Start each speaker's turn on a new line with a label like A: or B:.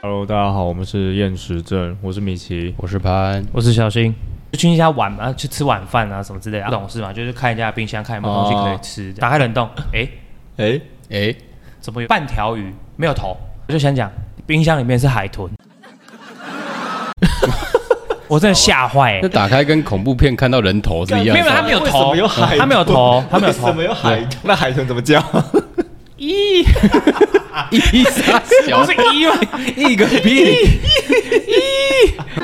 A: Hello，大家好，我们是厌食症，我是米奇。
B: 我是潘，
C: 我是小新，就去一下晚嘛，去吃晚饭啊什么之类的，不懂事嘛，就是看一下冰箱，看有没有东西可以吃。打开冷冻，哎、
A: 哎、
B: 哎，
C: 怎么有半条鱼没有头？我就想讲，冰箱里面是海 豚，我真的吓坏、
B: 那
C: 欸。
B: 打开跟恐怖片看到人头是一样
C: 没有，
B: 的
C: 它
B: 吗。
C: 没有
A: 为什
C: 头
A: 么有海，豚
C: 它没有头，它没有
A: 为什
C: 头
A: 么。有海豚？那海豚怎么叫？
C: 咦，
B: 一傻
C: 不
B: 小
C: 是，一吗？
B: 一个屁！
C: 咦！